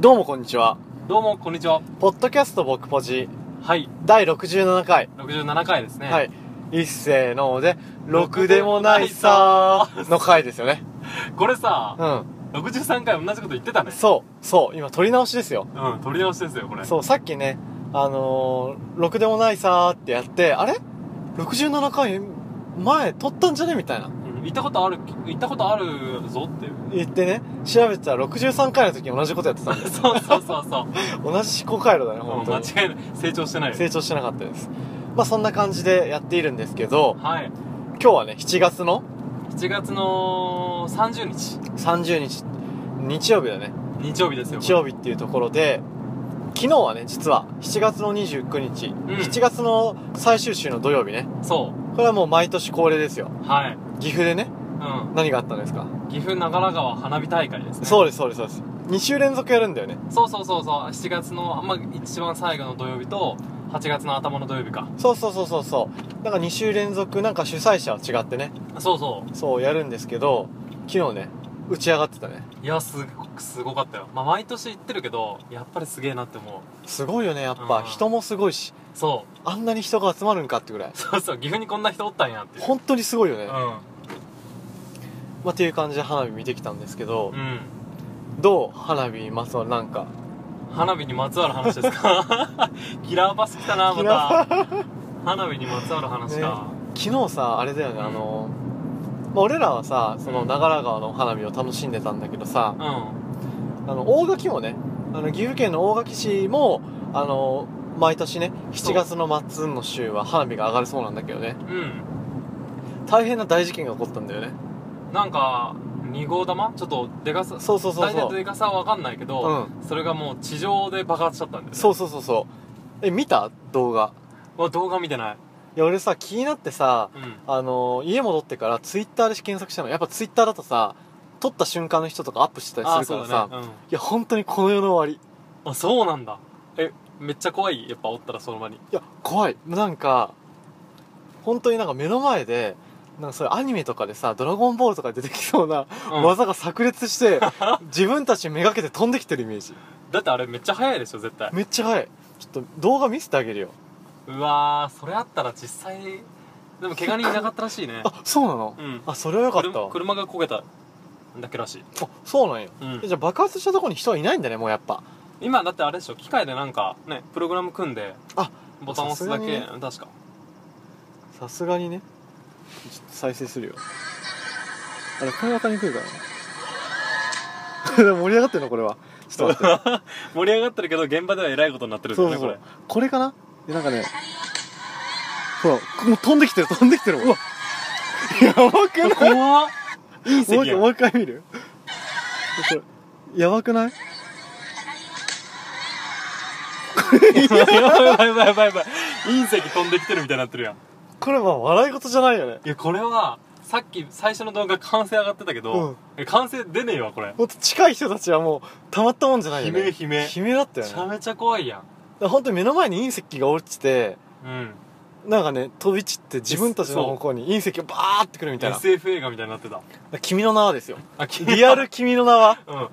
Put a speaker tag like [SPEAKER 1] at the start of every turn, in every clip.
[SPEAKER 1] どうもこんにちは。
[SPEAKER 2] どうもこんにちは
[SPEAKER 1] ポッドキャスト僕ポジ
[SPEAKER 2] はい
[SPEAKER 1] 第67回。
[SPEAKER 2] 67回ですね
[SPEAKER 1] はい。一斉ので、ろくでもないさーの回ですよね。
[SPEAKER 2] これさ
[SPEAKER 1] うん。
[SPEAKER 2] 63回同じこと言ってたね
[SPEAKER 1] そう、そう、今撮り直しですよ。
[SPEAKER 2] うん取り直しですよこれ
[SPEAKER 1] そう、さっきね、あのー、ろくでもないさーってやって、あれ ?67 回前撮ったんじゃねみたいな。
[SPEAKER 2] うん行ったことある行ったことあるぞっていう
[SPEAKER 1] 言ってね、調べてたら63回の時に同じことやってた んです。
[SPEAKER 2] そうそうそうそう
[SPEAKER 1] 同じ思考回路だね、
[SPEAKER 2] う
[SPEAKER 1] 本
[SPEAKER 2] ん
[SPEAKER 1] 当
[SPEAKER 2] 間
[SPEAKER 1] に。
[SPEAKER 2] 違いない成長してないよ
[SPEAKER 1] 成長してなかったです。まあそんな感じでやっているんですけど、
[SPEAKER 2] はい
[SPEAKER 1] 今日はね、7月の
[SPEAKER 2] 7月の30日
[SPEAKER 1] 30日日曜日だね
[SPEAKER 2] 日曜日ですよ
[SPEAKER 1] 日曜日っていうところで昨日はね実は7月の29日、
[SPEAKER 2] ん
[SPEAKER 1] 7月の最終週の土曜日ね
[SPEAKER 2] そ
[SPEAKER 1] これはもう毎年恒例ですよ
[SPEAKER 2] うはい
[SPEAKER 1] 岐阜でね
[SPEAKER 2] う
[SPEAKER 1] 何があったんですか
[SPEAKER 2] ん岐阜長良川花火大会ですね
[SPEAKER 1] そうですそうですそうです2週連続やるんだよね
[SPEAKER 2] そうそうそうそう7月の、まあ、一番最後の土曜日と8月の頭の土曜日か
[SPEAKER 1] そうそうそうそうそうなんか2週連続なんか主催者は違ってね
[SPEAKER 2] そうそ
[SPEAKER 1] そうやるんですけど昨日ね打ち上がってたね
[SPEAKER 2] ういやすごすごかったよまあ毎年行ってるけどやっぱりすげえなって思う
[SPEAKER 1] すごいよねやっ
[SPEAKER 2] う
[SPEAKER 1] ぱ
[SPEAKER 2] ん
[SPEAKER 1] 人もすごいし
[SPEAKER 2] そ
[SPEAKER 1] あんなに人が集まるんかってぐらいう
[SPEAKER 2] そうそう岐阜にこんな人おったんやっていう
[SPEAKER 1] 本当にすごいよね、
[SPEAKER 2] う
[SPEAKER 1] まあ、っていう感じで花火見てきたんですけど、
[SPEAKER 2] ん、うん、
[SPEAKER 1] どう花火まつわるなんか
[SPEAKER 2] 花火にまつわる話ですか キラーパス来たなま
[SPEAKER 1] キラ
[SPEAKER 2] た花火にまつわる話か、
[SPEAKER 1] 昨日さあれだよね、
[SPEAKER 2] うん
[SPEAKER 1] あの、まあ、俺らはさその
[SPEAKER 2] うん
[SPEAKER 1] 長良川の花火を楽しんでたんだけどさ
[SPEAKER 2] う、ん
[SPEAKER 1] あの大垣もねあの岐阜県の大垣市もあの毎年ね
[SPEAKER 2] そ
[SPEAKER 1] 7
[SPEAKER 2] う
[SPEAKER 1] 月の末の週は花火が上がるそうなんだけどね
[SPEAKER 2] うん
[SPEAKER 1] 大変な大事件が起こったんだよね
[SPEAKER 2] なんか2号玉ちょっとでかさ
[SPEAKER 1] そうそうそう
[SPEAKER 2] 大
[SPEAKER 1] そ
[SPEAKER 2] 体
[SPEAKER 1] う
[SPEAKER 2] でかさは分かんないけど、それがもう地上で爆発しちゃったんです
[SPEAKER 1] そうそうそうそうえ見た動画
[SPEAKER 2] わ動画見てない
[SPEAKER 1] いや俺さ気になってさ
[SPEAKER 2] うん
[SPEAKER 1] あの家戻ってからツイッターで検索したのやっぱツイッターだとさ撮った瞬間の人とかアップしてたり
[SPEAKER 2] あ
[SPEAKER 1] す
[SPEAKER 2] そ
[SPEAKER 1] る
[SPEAKER 2] う
[SPEAKER 1] から
[SPEAKER 2] だ
[SPEAKER 1] さ、
[SPEAKER 2] ね、う
[SPEAKER 1] いや本当にこの世の終わり
[SPEAKER 2] ん、あそうなんだえめっちゃ怖いやっぱおったらその場に
[SPEAKER 1] いや怖いなんか本当になんか目の前でなんかそういうアニメとかでさ「ドラゴンボール」とかで出てきそうな
[SPEAKER 2] うん
[SPEAKER 1] 技が炸裂して、自分たちめがけて飛んできてるイメージ
[SPEAKER 2] だってあれめっちゃ早いでしょ絶対
[SPEAKER 1] めっちゃ早いちょっと動画見せてあげるよ
[SPEAKER 2] うわーそれあったら実際でも怪我人いなかったらしいね
[SPEAKER 1] あそうなの、
[SPEAKER 2] うん
[SPEAKER 1] あそれはよかった
[SPEAKER 2] 車
[SPEAKER 1] わ
[SPEAKER 2] 車が焦げただけらしい、
[SPEAKER 1] あそうなんや、
[SPEAKER 2] うん
[SPEAKER 1] えじゃあ爆発したとこに人はいないんだねもうやっぱ
[SPEAKER 2] 今だってあれでしょ機械でなんかねプログラム組んで
[SPEAKER 1] あ
[SPEAKER 2] ボタン押すだけ、
[SPEAKER 1] さす
[SPEAKER 2] 確か
[SPEAKER 1] さすがにねちょっと再生するよあれこれ分かりにくいからな 盛り上がってんのこれはちょっと待って
[SPEAKER 2] 盛り上がってるけど現場ではえらいことになってるんだ
[SPEAKER 1] そ
[SPEAKER 2] よ
[SPEAKER 1] う
[SPEAKER 2] ね
[SPEAKER 1] そうそうこれかなでなんかねほらもう飛んできてる飛んできてるうわやばくない
[SPEAKER 2] これ怖っ隕石
[SPEAKER 1] もう一回
[SPEAKER 2] や
[SPEAKER 1] もう一回見るこれやばくない
[SPEAKER 2] やばいやばいやばいやばいやばい隕石飛んできてるみたいになってるやん
[SPEAKER 1] これは笑い事じゃないよね
[SPEAKER 2] いやこれはさっき最初の動画完成上がってたけど、え完成出ねえわこれ
[SPEAKER 1] ほんと近い人たちはもうたまったもんじゃないよね
[SPEAKER 2] 悲鳴悲鳴
[SPEAKER 1] だったよね
[SPEAKER 2] めち
[SPEAKER 1] だ
[SPEAKER 2] ゃ
[SPEAKER 1] か
[SPEAKER 2] めちゃ怖いやん
[SPEAKER 1] ら本当に目の前に隕石が落ちて
[SPEAKER 2] うん
[SPEAKER 1] なんかね飛び散って自分たちの方向に隕石がバーってくるみたいな
[SPEAKER 2] SF 映画みたいになってた
[SPEAKER 1] 君の名はですよ
[SPEAKER 2] あ君
[SPEAKER 1] リアル君の名は
[SPEAKER 2] うん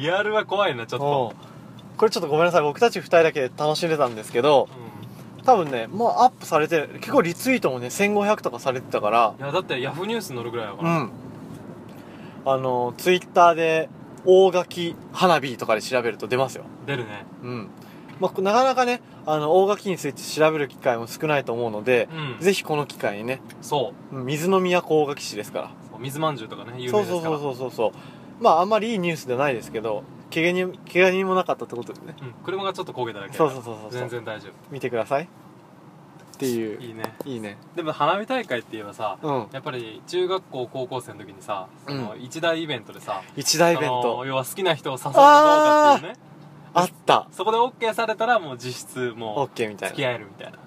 [SPEAKER 2] リアルは怖いな ちょっ
[SPEAKER 1] おう
[SPEAKER 2] と
[SPEAKER 1] これちょっとごめんなさい僕たち2人だけで楽しんでたんですけど
[SPEAKER 2] う
[SPEAKER 1] 多分ねもうアップされてる結構リツイートもね1500とかされてたから
[SPEAKER 2] んいやだってヤフーニュースに載るぐらいだか
[SPEAKER 1] う
[SPEAKER 2] ら
[SPEAKER 1] んあのツイッターで大垣花火とかで調べると出ますよ
[SPEAKER 2] 出るね
[SPEAKER 1] うんまあ、なかなかねあの大垣について調べる機会も少ないと思うので
[SPEAKER 2] う、ん
[SPEAKER 1] ぜひこの機会にね
[SPEAKER 2] そ
[SPEAKER 1] うん水の都大垣市ですから
[SPEAKER 2] うそう水まんじゅうとかね有
[SPEAKER 1] そ
[SPEAKER 2] 名で
[SPEAKER 1] う
[SPEAKER 2] す
[SPEAKER 1] そう
[SPEAKER 2] から
[SPEAKER 1] そうそうそうそうまああんまりいいニュースではないですけど怪我に怪我人もなかったってことでね
[SPEAKER 2] うん、車がちょっと焦げただけ
[SPEAKER 1] そうそうそうそう
[SPEAKER 2] 全然大丈
[SPEAKER 1] 見てくださいっていう
[SPEAKER 2] 夫いいね
[SPEAKER 1] いいね
[SPEAKER 2] でも花火大会って言えばさ
[SPEAKER 1] うん
[SPEAKER 2] やっぱり中学校高校生の時にさその
[SPEAKER 1] う
[SPEAKER 2] 一大イベントでさ、
[SPEAKER 1] 一大イ
[SPEAKER 2] そ
[SPEAKER 1] ベン
[SPEAKER 2] の
[SPEAKER 1] ト
[SPEAKER 2] 要は好きな人を誘うかどうかっていうね
[SPEAKER 1] あった
[SPEAKER 2] そこで OK されたらもう実質も
[SPEAKER 1] OK み
[SPEAKER 2] う
[SPEAKER 1] た
[SPEAKER 2] 付
[SPEAKER 1] い
[SPEAKER 2] き
[SPEAKER 1] な
[SPEAKER 2] 合えるみたいな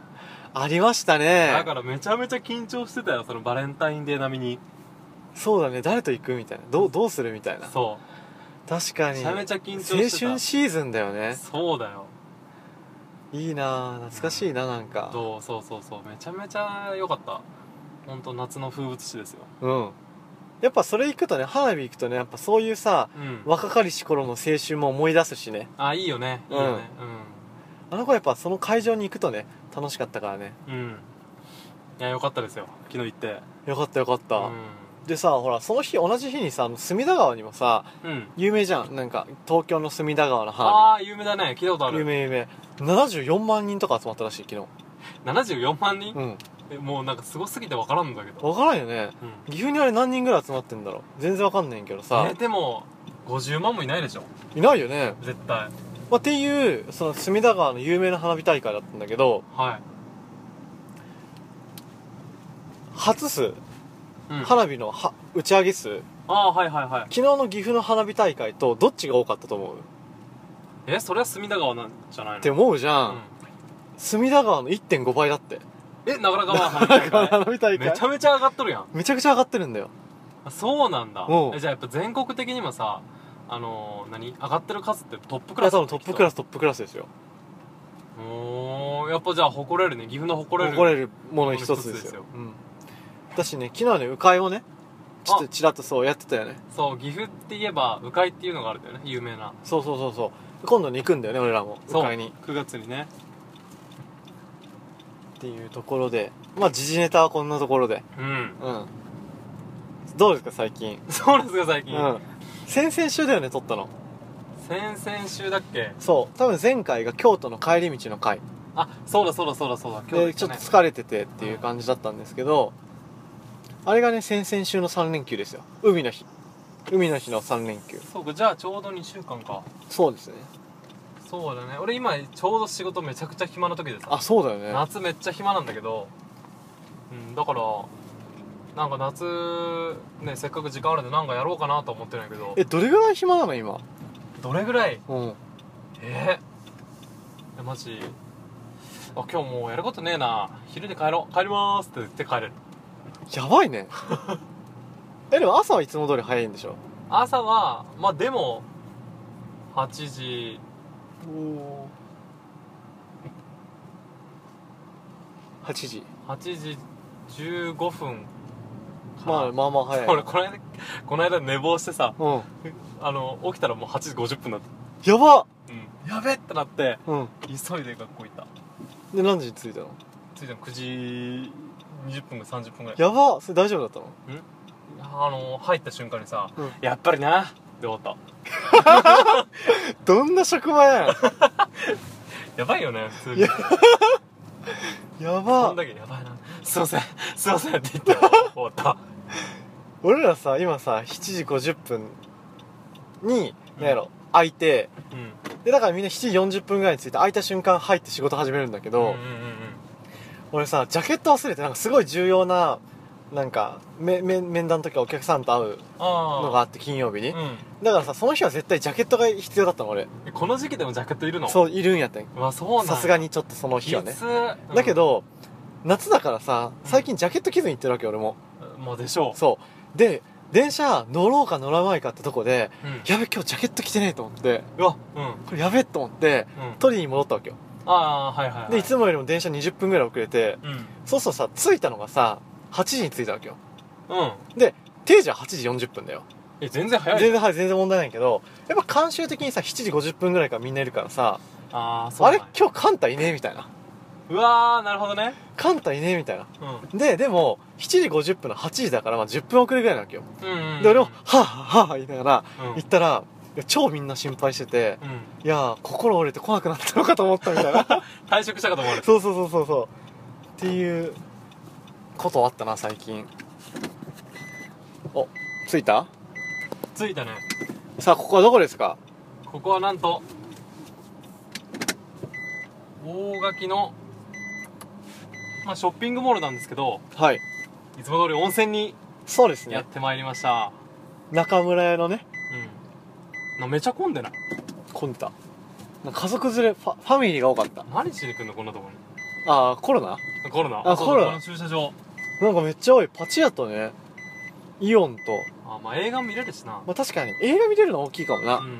[SPEAKER 1] ありましたね
[SPEAKER 2] だからめちゃめちゃ緊張してたよそのバレンタインデー並みに
[SPEAKER 1] そうだね誰と行くみたいなどうどうするみたいな
[SPEAKER 2] そ
[SPEAKER 1] 確か
[SPEAKER 2] うめ
[SPEAKER 1] に
[SPEAKER 2] ちゃめちゃ緊張してた
[SPEAKER 1] 青春シーズンだよね
[SPEAKER 2] そうだよ
[SPEAKER 1] いいなぁ懐かしいななんか
[SPEAKER 2] どうそうそうそうめちゃめちゃ良かった本当夏の風物詩ですよ
[SPEAKER 1] うんやっぱそれ行くとね花火行くとねやっぱそういうさ
[SPEAKER 2] うん
[SPEAKER 1] 若かりし頃の青春も思い出すしね
[SPEAKER 2] あいいよねいいよね
[SPEAKER 1] あの子やっぱその会場に行くとね楽しかったからね
[SPEAKER 2] うん、うんいやよかったですよ昨日行って
[SPEAKER 1] よかったよかった、
[SPEAKER 2] う
[SPEAKER 1] でさほらその日同じ日にさあの隅田川にもさ
[SPEAKER 2] ん、うん、
[SPEAKER 1] 有名じゃんなんか東京の隅田川の花
[SPEAKER 2] ああ有名だね聞いたことあ
[SPEAKER 1] 火有
[SPEAKER 2] る
[SPEAKER 1] 名有名74万人とか集まったらしい昨日
[SPEAKER 2] 74万人、
[SPEAKER 1] うん
[SPEAKER 2] えもうなんかすごすぎて分からんんだけど、
[SPEAKER 1] 分からんよね
[SPEAKER 2] うん、
[SPEAKER 1] 岐阜にあれ何人ぐらい集まってんだろう全然わかんないんけどさ
[SPEAKER 2] えでも50万もいないでしょ
[SPEAKER 1] いないよね、
[SPEAKER 2] 絶
[SPEAKER 1] ま
[SPEAKER 2] 対
[SPEAKER 1] あ、っていうその隅田川の有名な花火大会だったんだけど
[SPEAKER 2] はい、
[SPEAKER 1] 初数
[SPEAKER 2] うん、あ
[SPEAKER 1] 花火のは打ち上げ数
[SPEAKER 2] あーはいはいはい
[SPEAKER 1] 昨日の岐阜の花火大会とどっちが多かったと思う
[SPEAKER 2] えそれは隅田川なんじゃないの
[SPEAKER 1] って思うじゃん、
[SPEAKER 2] うん
[SPEAKER 1] 隅田川の1.5倍だって
[SPEAKER 2] え長良川花火大会
[SPEAKER 1] 花火大
[SPEAKER 2] め
[SPEAKER 1] 会
[SPEAKER 2] ちゃめちゃ上がっとるやん
[SPEAKER 1] めちゃくちゃ上がってるんだよ
[SPEAKER 2] あそうなんだ
[SPEAKER 1] おう
[SPEAKER 2] えじゃあやっぱ全国的にもさあのー、何上がってる数ってトップク
[SPEAKER 1] いや
[SPEAKER 2] ラス
[SPEAKER 1] 多分トップクラ
[SPEAKER 2] ス
[SPEAKER 1] ストップクラスですよ
[SPEAKER 2] おーやっぱじゃあ誇れるね岐阜の誇れる
[SPEAKER 1] 怒れるもの一つですよ
[SPEAKER 2] もの一つですよ
[SPEAKER 1] うん、私ね昨日ね鵜飼いをねちょっと
[SPEAKER 2] あ
[SPEAKER 1] ちらっとそうやってたよね
[SPEAKER 2] そう岐阜って言えば鵜飼いっていうのがあるんだよね有名な
[SPEAKER 1] そうそうそうそう今度ね行くんだよね俺らも鵜
[SPEAKER 2] そう
[SPEAKER 1] 飼いに
[SPEAKER 2] 9月にね
[SPEAKER 1] っていうところでまあ時事ネタはこんなところで
[SPEAKER 2] うん
[SPEAKER 1] うんどうですか最近
[SPEAKER 2] そうですよ最
[SPEAKER 1] う
[SPEAKER 2] 近、
[SPEAKER 1] ん先々週だよね撮ったの
[SPEAKER 2] 先々週だっけ
[SPEAKER 1] そう多分前回が京都の帰り道の回
[SPEAKER 2] あそうだそうだそうだそうだ今日
[SPEAKER 1] でちょっと疲れててっていう感じだったんですけど、あれがね先々週の3連休ですよ海の日海の日の3連休
[SPEAKER 2] そうかじゃあちょうど2週間か
[SPEAKER 1] そうですね
[SPEAKER 2] そうだね俺今ちょうど仕事めちゃくちゃ暇な時でさ
[SPEAKER 1] あそうだよね
[SPEAKER 2] 夏めっちゃ暇なんだけどうんだからなんか夏ねせっかく時間あるんでなんかやろうかなと思ってるんやけど
[SPEAKER 1] えどれぐらい暇なの今
[SPEAKER 2] どれぐらい
[SPEAKER 1] うん
[SPEAKER 2] えー、えマジあ今日もうやることねえな昼で帰ろう帰りまーすって言って帰れる
[SPEAKER 1] やばい ねえでも朝はいつも通り早いんでしょ
[SPEAKER 2] 朝はまあでも8時
[SPEAKER 1] お8時
[SPEAKER 2] 8時15分か
[SPEAKER 1] ま
[SPEAKER 2] な
[SPEAKER 1] あまあまあ早い
[SPEAKER 2] 俺この間この間寝坊してさ
[SPEAKER 1] うん
[SPEAKER 2] あの起きたらもう8時50分だった
[SPEAKER 1] やば
[SPEAKER 2] うんやべってなって
[SPEAKER 1] うん
[SPEAKER 2] 急いで学校行った
[SPEAKER 1] で何時に着いたの
[SPEAKER 2] 着いたの9時20分か30分ぐらい
[SPEAKER 1] やばそれ大丈夫だったの
[SPEAKER 2] あの入った瞬間にさ、
[SPEAKER 1] うん
[SPEAKER 2] やっぱりなって終わっ
[SPEAKER 1] どんな職場や
[SPEAKER 2] たやばいよね普通
[SPEAKER 1] い
[SPEAKER 2] に
[SPEAKER 1] やん や
[SPEAKER 2] そ
[SPEAKER 1] ば
[SPEAKER 2] んだけやばいなすいませんすいませんって言ったら終わった
[SPEAKER 1] 俺らさ今さ7時50分に
[SPEAKER 2] うん
[SPEAKER 1] 何やろ空いて
[SPEAKER 2] うん
[SPEAKER 1] でだからみんな7時40分ぐらいに着いて空いた瞬間入って仕事始めるんだけど、
[SPEAKER 2] うんうんうんうん
[SPEAKER 1] 俺さジャケット忘れてなんかすごい重要ななんかめめ面談の時はお客さんと会う
[SPEAKER 2] ああ
[SPEAKER 1] のがあって金曜日に、
[SPEAKER 2] うん
[SPEAKER 1] だからさその日は絶対ジャケットが必要だったの俺
[SPEAKER 2] えこの時期でもジャケットいるのう
[SPEAKER 1] そういるんやってん
[SPEAKER 2] まあそうなん
[SPEAKER 1] さすがにちょっとその日
[SPEAKER 2] 気
[SPEAKER 1] は
[SPEAKER 2] を
[SPEAKER 1] ねだけ、ど夏だからさ最近ジャケット着ずに行ってるわけ俺も
[SPEAKER 2] うんまあでしょ
[SPEAKER 1] そうで電車乗ろうか乗らないかってとこで
[SPEAKER 2] う、うん、
[SPEAKER 1] やべ今日ジャケット着てねえと思って
[SPEAKER 2] うわうんうん
[SPEAKER 1] これやべえと思って取りに戻ったわけよ
[SPEAKER 2] ああーはいはい、はい、
[SPEAKER 1] でいつもよりも電車20分ぐらい遅れて
[SPEAKER 2] うんうん
[SPEAKER 1] そうするとさ着いたのがさ8時に着いたわけよ定時は8時40分だよ
[SPEAKER 2] え全然早い
[SPEAKER 1] 全然はい全然問題ないけどやっぱ慣習的にさ7時50分ぐらいからみんないるからさ
[SPEAKER 2] ああそう
[SPEAKER 1] あれ
[SPEAKER 2] なんや
[SPEAKER 1] 今日カンタいねえみたいな
[SPEAKER 2] うわーなるほどね
[SPEAKER 1] カンタいねえみたいな
[SPEAKER 2] うん
[SPEAKER 1] ででも7時50分の8時だからまあ10分遅れぐらいなわけよ
[SPEAKER 2] うんうん
[SPEAKER 1] で俺も「はあはあはあ」言いながら
[SPEAKER 2] うん
[SPEAKER 1] 行ったらいや超みんな心配してて
[SPEAKER 2] う
[SPEAKER 1] 「
[SPEAKER 2] ん
[SPEAKER 1] いやー心折れて来なくなったのかと思った」みたいな
[SPEAKER 2] 退職したかと思われた
[SPEAKER 1] そうそうそうそうそうっていうことあったな最近お着いた
[SPEAKER 2] 着いたね
[SPEAKER 1] さあここはどこですか
[SPEAKER 2] ここはなんと大垣のまあショッピングモールなんですけど
[SPEAKER 1] はい
[SPEAKER 2] いつも通り温泉に
[SPEAKER 1] そうです
[SPEAKER 2] やっ
[SPEAKER 1] ね
[SPEAKER 2] てまいりました、
[SPEAKER 1] 中村屋のね
[SPEAKER 2] うんなめちゃ混んでない
[SPEAKER 1] 混んでたなんか家族連れファファミリーが多かった
[SPEAKER 2] 何しに来んのこんなとこに
[SPEAKER 1] ああコロナ
[SPEAKER 2] コロナ
[SPEAKER 1] あ
[SPEAKER 2] そう
[SPEAKER 1] コロナ
[SPEAKER 2] この駐車場
[SPEAKER 1] なんかめっちゃ多いパチ屋とねイオンと
[SPEAKER 2] あまあ映画見れるしな
[SPEAKER 1] まあ確かに映画見れるの大きいかもな、
[SPEAKER 2] うん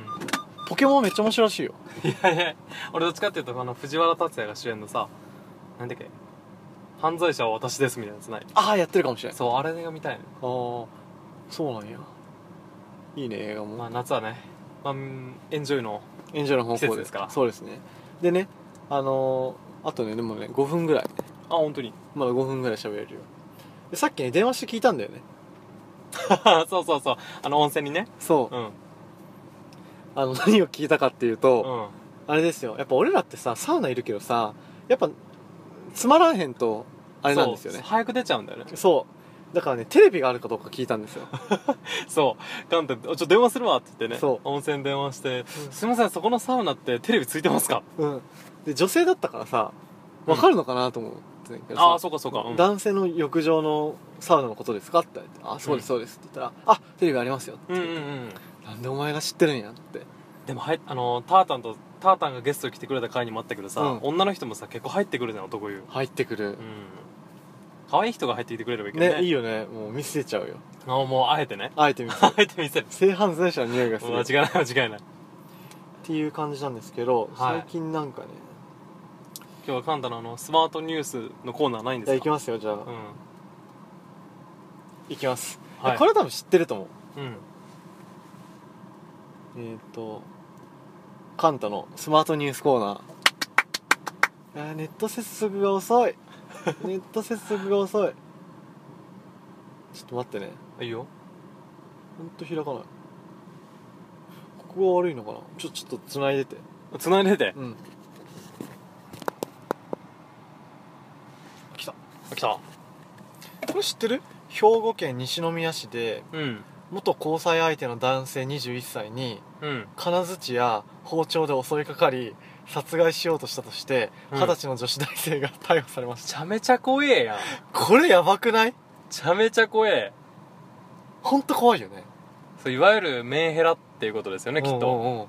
[SPEAKER 1] ポケモンめっちゃ面白いらしいよ
[SPEAKER 2] いやいや俺どっちかっていうとあの藤原竜也が主演のさなんだっけ犯罪者は私ですみたいなやつない
[SPEAKER 1] ああやってるかもしれない
[SPEAKER 2] そうあれが見たいね
[SPEAKER 1] あーそうなんやいいね映画も、
[SPEAKER 2] まあ、夏はね、まあ、うんエンジョイの
[SPEAKER 1] エンジョイの方向
[SPEAKER 2] 季節ですから
[SPEAKER 1] そうですねでねあのーあとねでもね5分ぐらい
[SPEAKER 2] あ本当に
[SPEAKER 1] まだ5分ぐらい喋れるよでさっきね電話して聞いたんだよね
[SPEAKER 2] そうそうそうあの温泉にね
[SPEAKER 1] そう、
[SPEAKER 2] うん
[SPEAKER 1] あの何を聞いたかっていうと、
[SPEAKER 2] うん
[SPEAKER 1] あれですよやっぱ俺らってさサウナいるけどさやっぱつまらんへんとあれなんですよね
[SPEAKER 2] そう早く出ちゃうんだよね
[SPEAKER 1] そうだからねテレビがあるかどうか聞いたんですよ
[SPEAKER 2] そうガンって「おちょっと電話するわ」って言ってね
[SPEAKER 1] そう
[SPEAKER 2] 温泉電話して「すいませんそこのサウナってテレビついてますか?
[SPEAKER 1] うんで女性だったからさわかるのかなと思ってんけ」どさ
[SPEAKER 2] ああそうかそうか、うん、
[SPEAKER 1] 男性の浴場のサウナのことですかって言われて「あそうですそうです」って言ったら「あテレビありますよ」って
[SPEAKER 2] うん
[SPEAKER 1] 言
[SPEAKER 2] う
[SPEAKER 1] っ
[SPEAKER 2] ん
[SPEAKER 1] て、
[SPEAKER 2] うん
[SPEAKER 1] なんでお前が知ってるんやって
[SPEAKER 2] でもはいあのタータンとタータンがゲストに来てくれた回にもあったけどさ、
[SPEAKER 1] うん
[SPEAKER 2] 女の人もさ結構入ってくるじゃん男湯うん
[SPEAKER 1] 入ってくる、
[SPEAKER 2] 可愛い人が入ってきてくれればいいけどね
[SPEAKER 1] ねいいよねもう見せちゃうよ
[SPEAKER 2] あもうあえ てね
[SPEAKER 1] あえて見せる
[SPEAKER 2] あえて見せる
[SPEAKER 1] 性犯罪者の匂いがする
[SPEAKER 2] 間違いない間違いない
[SPEAKER 1] っていう感じなんですけど、
[SPEAKER 2] はい
[SPEAKER 1] 最近なんかね
[SPEAKER 2] 今日はカンタのあのスマートニュースのコーナーないんで
[SPEAKER 1] じゃあ
[SPEAKER 2] す
[SPEAKER 1] 行き
[SPEAKER 2] か
[SPEAKER 1] ますよじゃあ、
[SPEAKER 2] うん
[SPEAKER 1] 行きます、
[SPEAKER 2] はい
[SPEAKER 1] これ多分知ってると思う
[SPEAKER 2] うん
[SPEAKER 1] えーっ、とカンタのスマートニュースコーナーあーネット接続が遅いネット接続が遅いちょっと待ってね
[SPEAKER 2] いいよ
[SPEAKER 1] ほんと開かないここが悪いのかなちょちょっと繋いでて
[SPEAKER 2] 繋いでて
[SPEAKER 1] うん来た
[SPEAKER 2] あ来た
[SPEAKER 1] これ知ってる兵庫県西宮市で
[SPEAKER 2] うん
[SPEAKER 1] 元交際相手の男性21歳に
[SPEAKER 2] うん
[SPEAKER 1] 金槌や包丁で襲いかかり殺害しようとしたとして
[SPEAKER 2] うん
[SPEAKER 1] 二十、歳の女子大生が逮捕されまし
[SPEAKER 2] め
[SPEAKER 1] た
[SPEAKER 2] ちゃめちゃ怖えやん
[SPEAKER 1] これやばくない
[SPEAKER 2] めちゃめちゃ怖え
[SPEAKER 1] ほんと怖いよね
[SPEAKER 2] そういわゆるメンヘラっていうことですよねきっ
[SPEAKER 1] うん
[SPEAKER 2] と
[SPEAKER 1] うんうん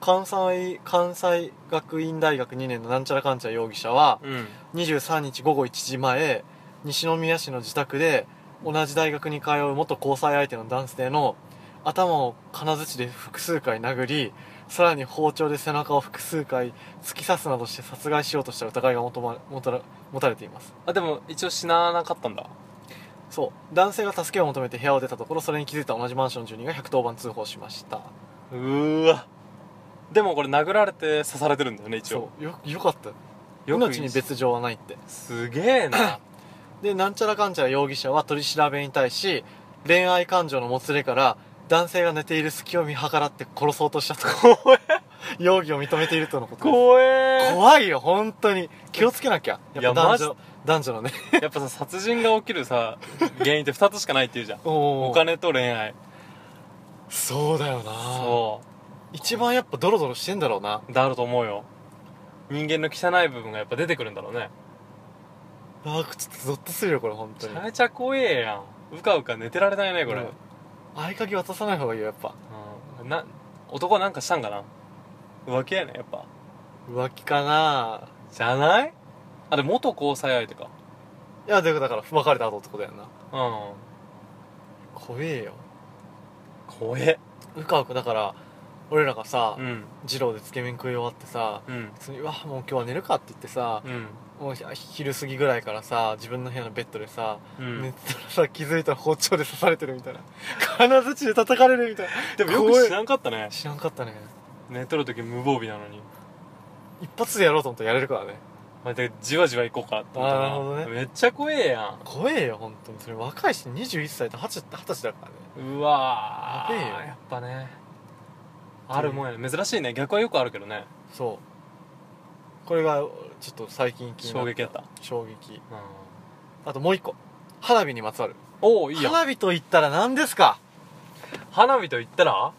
[SPEAKER 1] 関西関西学院大学2年のなんちゃらかんちゃら容疑者は
[SPEAKER 2] うん
[SPEAKER 1] 23日午後1時前西宮市の自宅で同じ大学に通う元交際相手の男性の頭を金槌で複数回殴りさらに包丁で背中を複数回突き刺すなどして殺害しようとした疑いが持たま持たら持たれています
[SPEAKER 2] あでも一応死ななかったんだ
[SPEAKER 1] そう男性が助けを求めて部屋を出たところそれに気づいた同じマンションの住人が110番通報しました
[SPEAKER 2] うーわでもこれ殴られて刺されてるんだよね一応
[SPEAKER 1] そうよよかった
[SPEAKER 2] よく
[SPEAKER 1] 命に別状はないって
[SPEAKER 2] すげえな
[SPEAKER 1] でなんちゃらかんちゃら容疑者は取り調べに対し恋愛感情のもつれから男性が寝ている隙を見計らって殺そうとしたと 容疑を認めているとのことです
[SPEAKER 2] 怖え
[SPEAKER 1] 怖いよ本当に気をつけなきゃ
[SPEAKER 2] いや
[SPEAKER 1] やっぱ男
[SPEAKER 2] マ
[SPEAKER 1] 女男女のね
[SPEAKER 2] やっぱさ殺人が起きるさ原因って2つしかないっていうじゃん
[SPEAKER 1] お
[SPEAKER 2] お金と恋愛
[SPEAKER 1] そうだよな
[SPEAKER 2] そ
[SPEAKER 1] 一番やっぱドロドロしてんだろうな
[SPEAKER 2] うだろうと思うよ人間の汚い部分がやっぱ出てくるんだろうね
[SPEAKER 1] あーちょっとゾッとするよこれ本当
[SPEAKER 2] めち
[SPEAKER 1] に
[SPEAKER 2] ゃめちゃ怖えやんうかうか寝てられないねこれ、
[SPEAKER 1] うん合鍵渡さない方がいいよやっぱ
[SPEAKER 2] うんな男はなんかしたんかな浮気やねやっぱ
[SPEAKER 1] 浮気かな
[SPEAKER 2] じゃないあでも元交際相手か
[SPEAKER 1] いやでもだから別れた後ってことやんな
[SPEAKER 2] うん
[SPEAKER 1] 怖えよ
[SPEAKER 2] 怖え
[SPEAKER 1] うかうかだから俺らがさ、
[SPEAKER 2] うん
[SPEAKER 1] 二郎でつけ麺食い終わってさ
[SPEAKER 2] うん
[SPEAKER 1] 普通に「うわもう今日は寝るか」って言ってさ
[SPEAKER 2] うん
[SPEAKER 1] もうひ昼過ぎぐらいからさ自分の部屋のベッドでさ、
[SPEAKER 2] うん
[SPEAKER 1] 寝てたらさ気づいたら包丁で刺されてるみたいな金槌で叩かれるみたい
[SPEAKER 2] でもよく知らんかったね
[SPEAKER 1] な知らんかったね
[SPEAKER 2] 寝とる時無防備なのに
[SPEAKER 1] 一発でやろうと思ったらやれるからね
[SPEAKER 2] まあでじわじわ行こうかって思った
[SPEAKER 1] あーなるほどね
[SPEAKER 2] めっちゃ怖えや
[SPEAKER 1] 怖えよ本当にそれ若いし21歳と二十二十歳だからね
[SPEAKER 2] んうわー
[SPEAKER 1] やべえよ
[SPEAKER 2] やっぱねあるもんやね珍しいね逆はよくあるけどね
[SPEAKER 1] そうこれがちょっと最近気にな
[SPEAKER 2] 衝撃やった、
[SPEAKER 1] 衝撃
[SPEAKER 2] うん、
[SPEAKER 1] あともう一個花火にまつわる
[SPEAKER 2] おおいいやん
[SPEAKER 1] 花火と言ったら何ですか
[SPEAKER 2] 花火と言ったら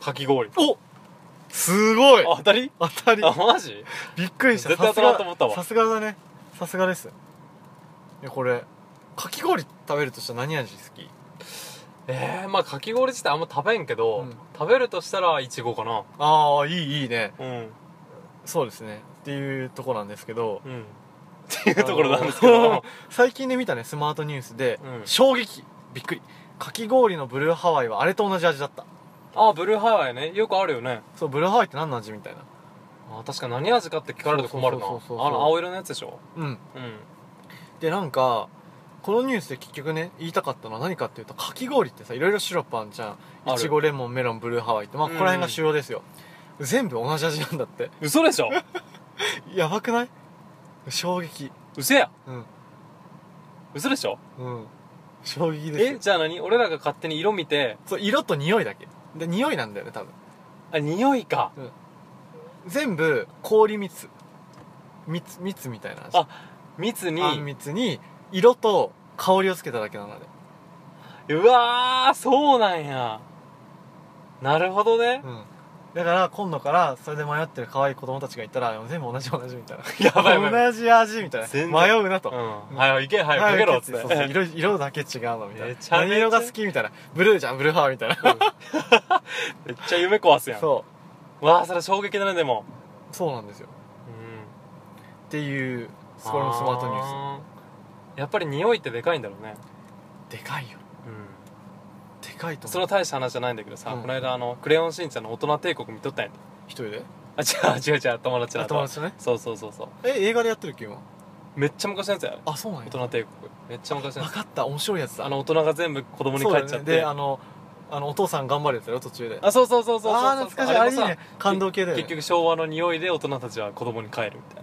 [SPEAKER 2] かき氷
[SPEAKER 1] おすごい
[SPEAKER 2] あ当たり
[SPEAKER 1] 当たり
[SPEAKER 2] あマジ
[SPEAKER 1] びっくりした
[SPEAKER 2] 絶対
[SPEAKER 1] さす
[SPEAKER 2] 当たら
[SPEAKER 1] が
[SPEAKER 2] んと思ったわ
[SPEAKER 1] さすがだねさすがですいやこれかき氷食べるとしたら何味好き
[SPEAKER 2] えー、まあかき氷自体あんま食べんけど、
[SPEAKER 1] うん
[SPEAKER 2] 食べるとしたらいちごかな
[SPEAKER 1] ああいいいいね
[SPEAKER 2] うん
[SPEAKER 1] そうですねっていうとこなんですけど
[SPEAKER 2] うんっていうところなんですけど
[SPEAKER 1] あの最近で見たねスマートニュースで、
[SPEAKER 2] うん
[SPEAKER 1] 衝撃びっくりかき氷のブルーハワイはあれと同じ味だった
[SPEAKER 2] あブルーハワイねよくあるよね
[SPEAKER 1] そうブルーハワイって何の味みたいな
[SPEAKER 2] あ確かに何味かって聞かれると困るなあ
[SPEAKER 1] そうそうそうそうそう
[SPEAKER 2] の青色のやつでしょ
[SPEAKER 1] うん
[SPEAKER 2] うん
[SPEAKER 1] でなんかこのニュースで結局ね言いたかったのは何かっていうとかき氷ってさいろいろシロップあんじゃん
[SPEAKER 2] る
[SPEAKER 1] いちごレモンメロンブルーハワイってまあ
[SPEAKER 2] う
[SPEAKER 1] こ
[SPEAKER 2] ん
[SPEAKER 1] こら辺が主要ですよ、全部同じ味なんだって
[SPEAKER 2] 嘘でしょ
[SPEAKER 1] やばくない衝撃
[SPEAKER 2] 嘘や
[SPEAKER 1] うん
[SPEAKER 2] 嘘でしょ
[SPEAKER 1] うん衝撃です
[SPEAKER 2] え
[SPEAKER 1] よ
[SPEAKER 2] じゃあ何俺らが勝手に色見て
[SPEAKER 1] そう色と匂いだけで匂いなんだよね多分
[SPEAKER 2] あ匂いか
[SPEAKER 1] 全部氷蜜蜜蜜みたいな味
[SPEAKER 2] あ蜜に
[SPEAKER 1] あん蜜に色と香りをつけただけなので
[SPEAKER 2] うわーそうなんやなるほどね
[SPEAKER 1] うんだから今度からそれで迷ってる可愛い子供たちがいたら全部同じ同じみたいな
[SPEAKER 2] やばいやばい
[SPEAKER 1] 同じ味みたい
[SPEAKER 2] 全
[SPEAKER 1] な
[SPEAKER 2] 然
[SPEAKER 1] 迷うなと、
[SPEAKER 2] うん早い行け早くかけろっつっ
[SPEAKER 1] そうそう
[SPEAKER 2] て
[SPEAKER 1] 色色だけ違うのみたいな
[SPEAKER 2] めちゃめちゃ
[SPEAKER 1] 何色が好きみたいなブルーじゃんブルーハワイみたいな
[SPEAKER 2] めっちゃ夢壊すやん
[SPEAKER 1] そ
[SPEAKER 2] わあそれ衝撃だねでも
[SPEAKER 1] うそうなんですよ
[SPEAKER 2] うん
[SPEAKER 1] っていうこれもスマートニュー
[SPEAKER 2] スやっぱり匂いってでかいんだろうね
[SPEAKER 1] スでかいよでかいと
[SPEAKER 2] それ
[SPEAKER 1] 思う
[SPEAKER 2] は大した話じゃないんだけどさ、
[SPEAKER 1] うん
[SPEAKER 2] この間あの「クレヨンしんちゃん」の大人帝国見とったんやて
[SPEAKER 1] 一人で
[SPEAKER 2] あ違う違う違う友達
[SPEAKER 1] あ
[SPEAKER 2] だ
[SPEAKER 1] 友
[SPEAKER 2] と
[SPEAKER 1] 達とね
[SPEAKER 2] そうそうそうそう
[SPEAKER 1] え映画でやってるっけ今
[SPEAKER 2] めっちゃ昔のやつやあれ
[SPEAKER 1] あそうなん
[SPEAKER 2] 大
[SPEAKER 1] や
[SPEAKER 2] 人帝国めっちゃ昔のや
[SPEAKER 1] 分
[SPEAKER 2] つ
[SPEAKER 1] かった面白いやつだ
[SPEAKER 2] あの大人が全部子供に
[SPEAKER 1] そう
[SPEAKER 2] 帰
[SPEAKER 1] だ
[SPEAKER 2] っ
[SPEAKER 1] よ
[SPEAKER 2] ちゃ
[SPEAKER 1] ね
[SPEAKER 2] って、
[SPEAKER 1] であのあのお父さん頑張るやつだよ途中で
[SPEAKER 2] あそうそうそうそうそう
[SPEAKER 1] あー懐かしいあれいい
[SPEAKER 2] もさ
[SPEAKER 1] ね感動系だよね
[SPEAKER 2] 結局昭和の匂いで大人たちは子供に帰るみたいな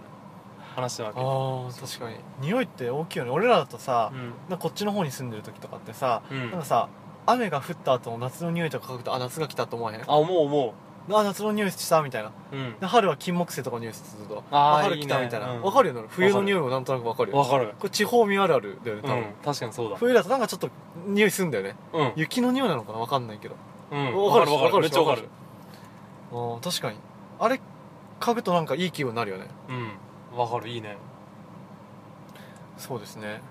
[SPEAKER 2] 話なわけ
[SPEAKER 1] あー確かに匂いって大きいよね俺らだとさ、
[SPEAKER 2] うん
[SPEAKER 1] なんかこっちの方に住んでる時とかってさ、
[SPEAKER 2] うん
[SPEAKER 1] なんかさ雨が降った後の夏の匂いとか嗅ぐとあ夏が来たと思わへんあ
[SPEAKER 2] あ思う思
[SPEAKER 1] 夏の匂いしたみたいな
[SPEAKER 2] ううん
[SPEAKER 1] で春は金木犀とかの匂いすると
[SPEAKER 2] あー
[SPEAKER 1] 春来たみたい
[SPEAKER 2] いい
[SPEAKER 1] な
[SPEAKER 2] ねうん
[SPEAKER 1] わかるよね冬の匂いもなんとなくわかるよ
[SPEAKER 2] わかる
[SPEAKER 1] これ地方民あるあるだよね多
[SPEAKER 2] う
[SPEAKER 1] 分、
[SPEAKER 2] ん確かにそうだ
[SPEAKER 1] 冬だとなんかちょっと匂いするんだよね
[SPEAKER 2] うん
[SPEAKER 1] 雪の匂いなのかなわかんないけど
[SPEAKER 2] うん
[SPEAKER 1] わかる
[SPEAKER 2] わかる
[SPEAKER 1] わかる
[SPEAKER 2] めっちゃわかる
[SPEAKER 1] あー確かにあれ嗅ぐとなんかいい気分になるよね
[SPEAKER 2] うんわかるいいね
[SPEAKER 1] そうですね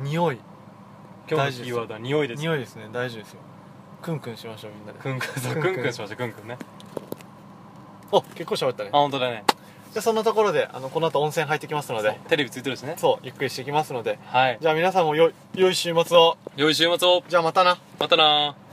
[SPEAKER 2] うん
[SPEAKER 1] 匂い
[SPEAKER 2] 今
[SPEAKER 1] 大
[SPEAKER 2] 日
[SPEAKER 1] 事です
[SPEAKER 2] のキーワードは匂いです
[SPEAKER 1] 匂いですね大事ですよクンクンしましょうみんなで
[SPEAKER 2] くんくんそう
[SPEAKER 1] くん
[SPEAKER 2] く
[SPEAKER 1] くん
[SPEAKER 2] んくんしましたくんくんね
[SPEAKER 1] あ結構喋ったね
[SPEAKER 2] あ本当だね
[SPEAKER 1] じゃあそんなところであのこの後温泉入ってきますので
[SPEAKER 2] テレビついてるしね
[SPEAKER 1] そうゆっくりしてきますので
[SPEAKER 2] はい
[SPEAKER 1] じゃあ皆さんもよ良い週末を
[SPEAKER 2] 良い週末を
[SPEAKER 1] じゃあまたな
[SPEAKER 2] またなー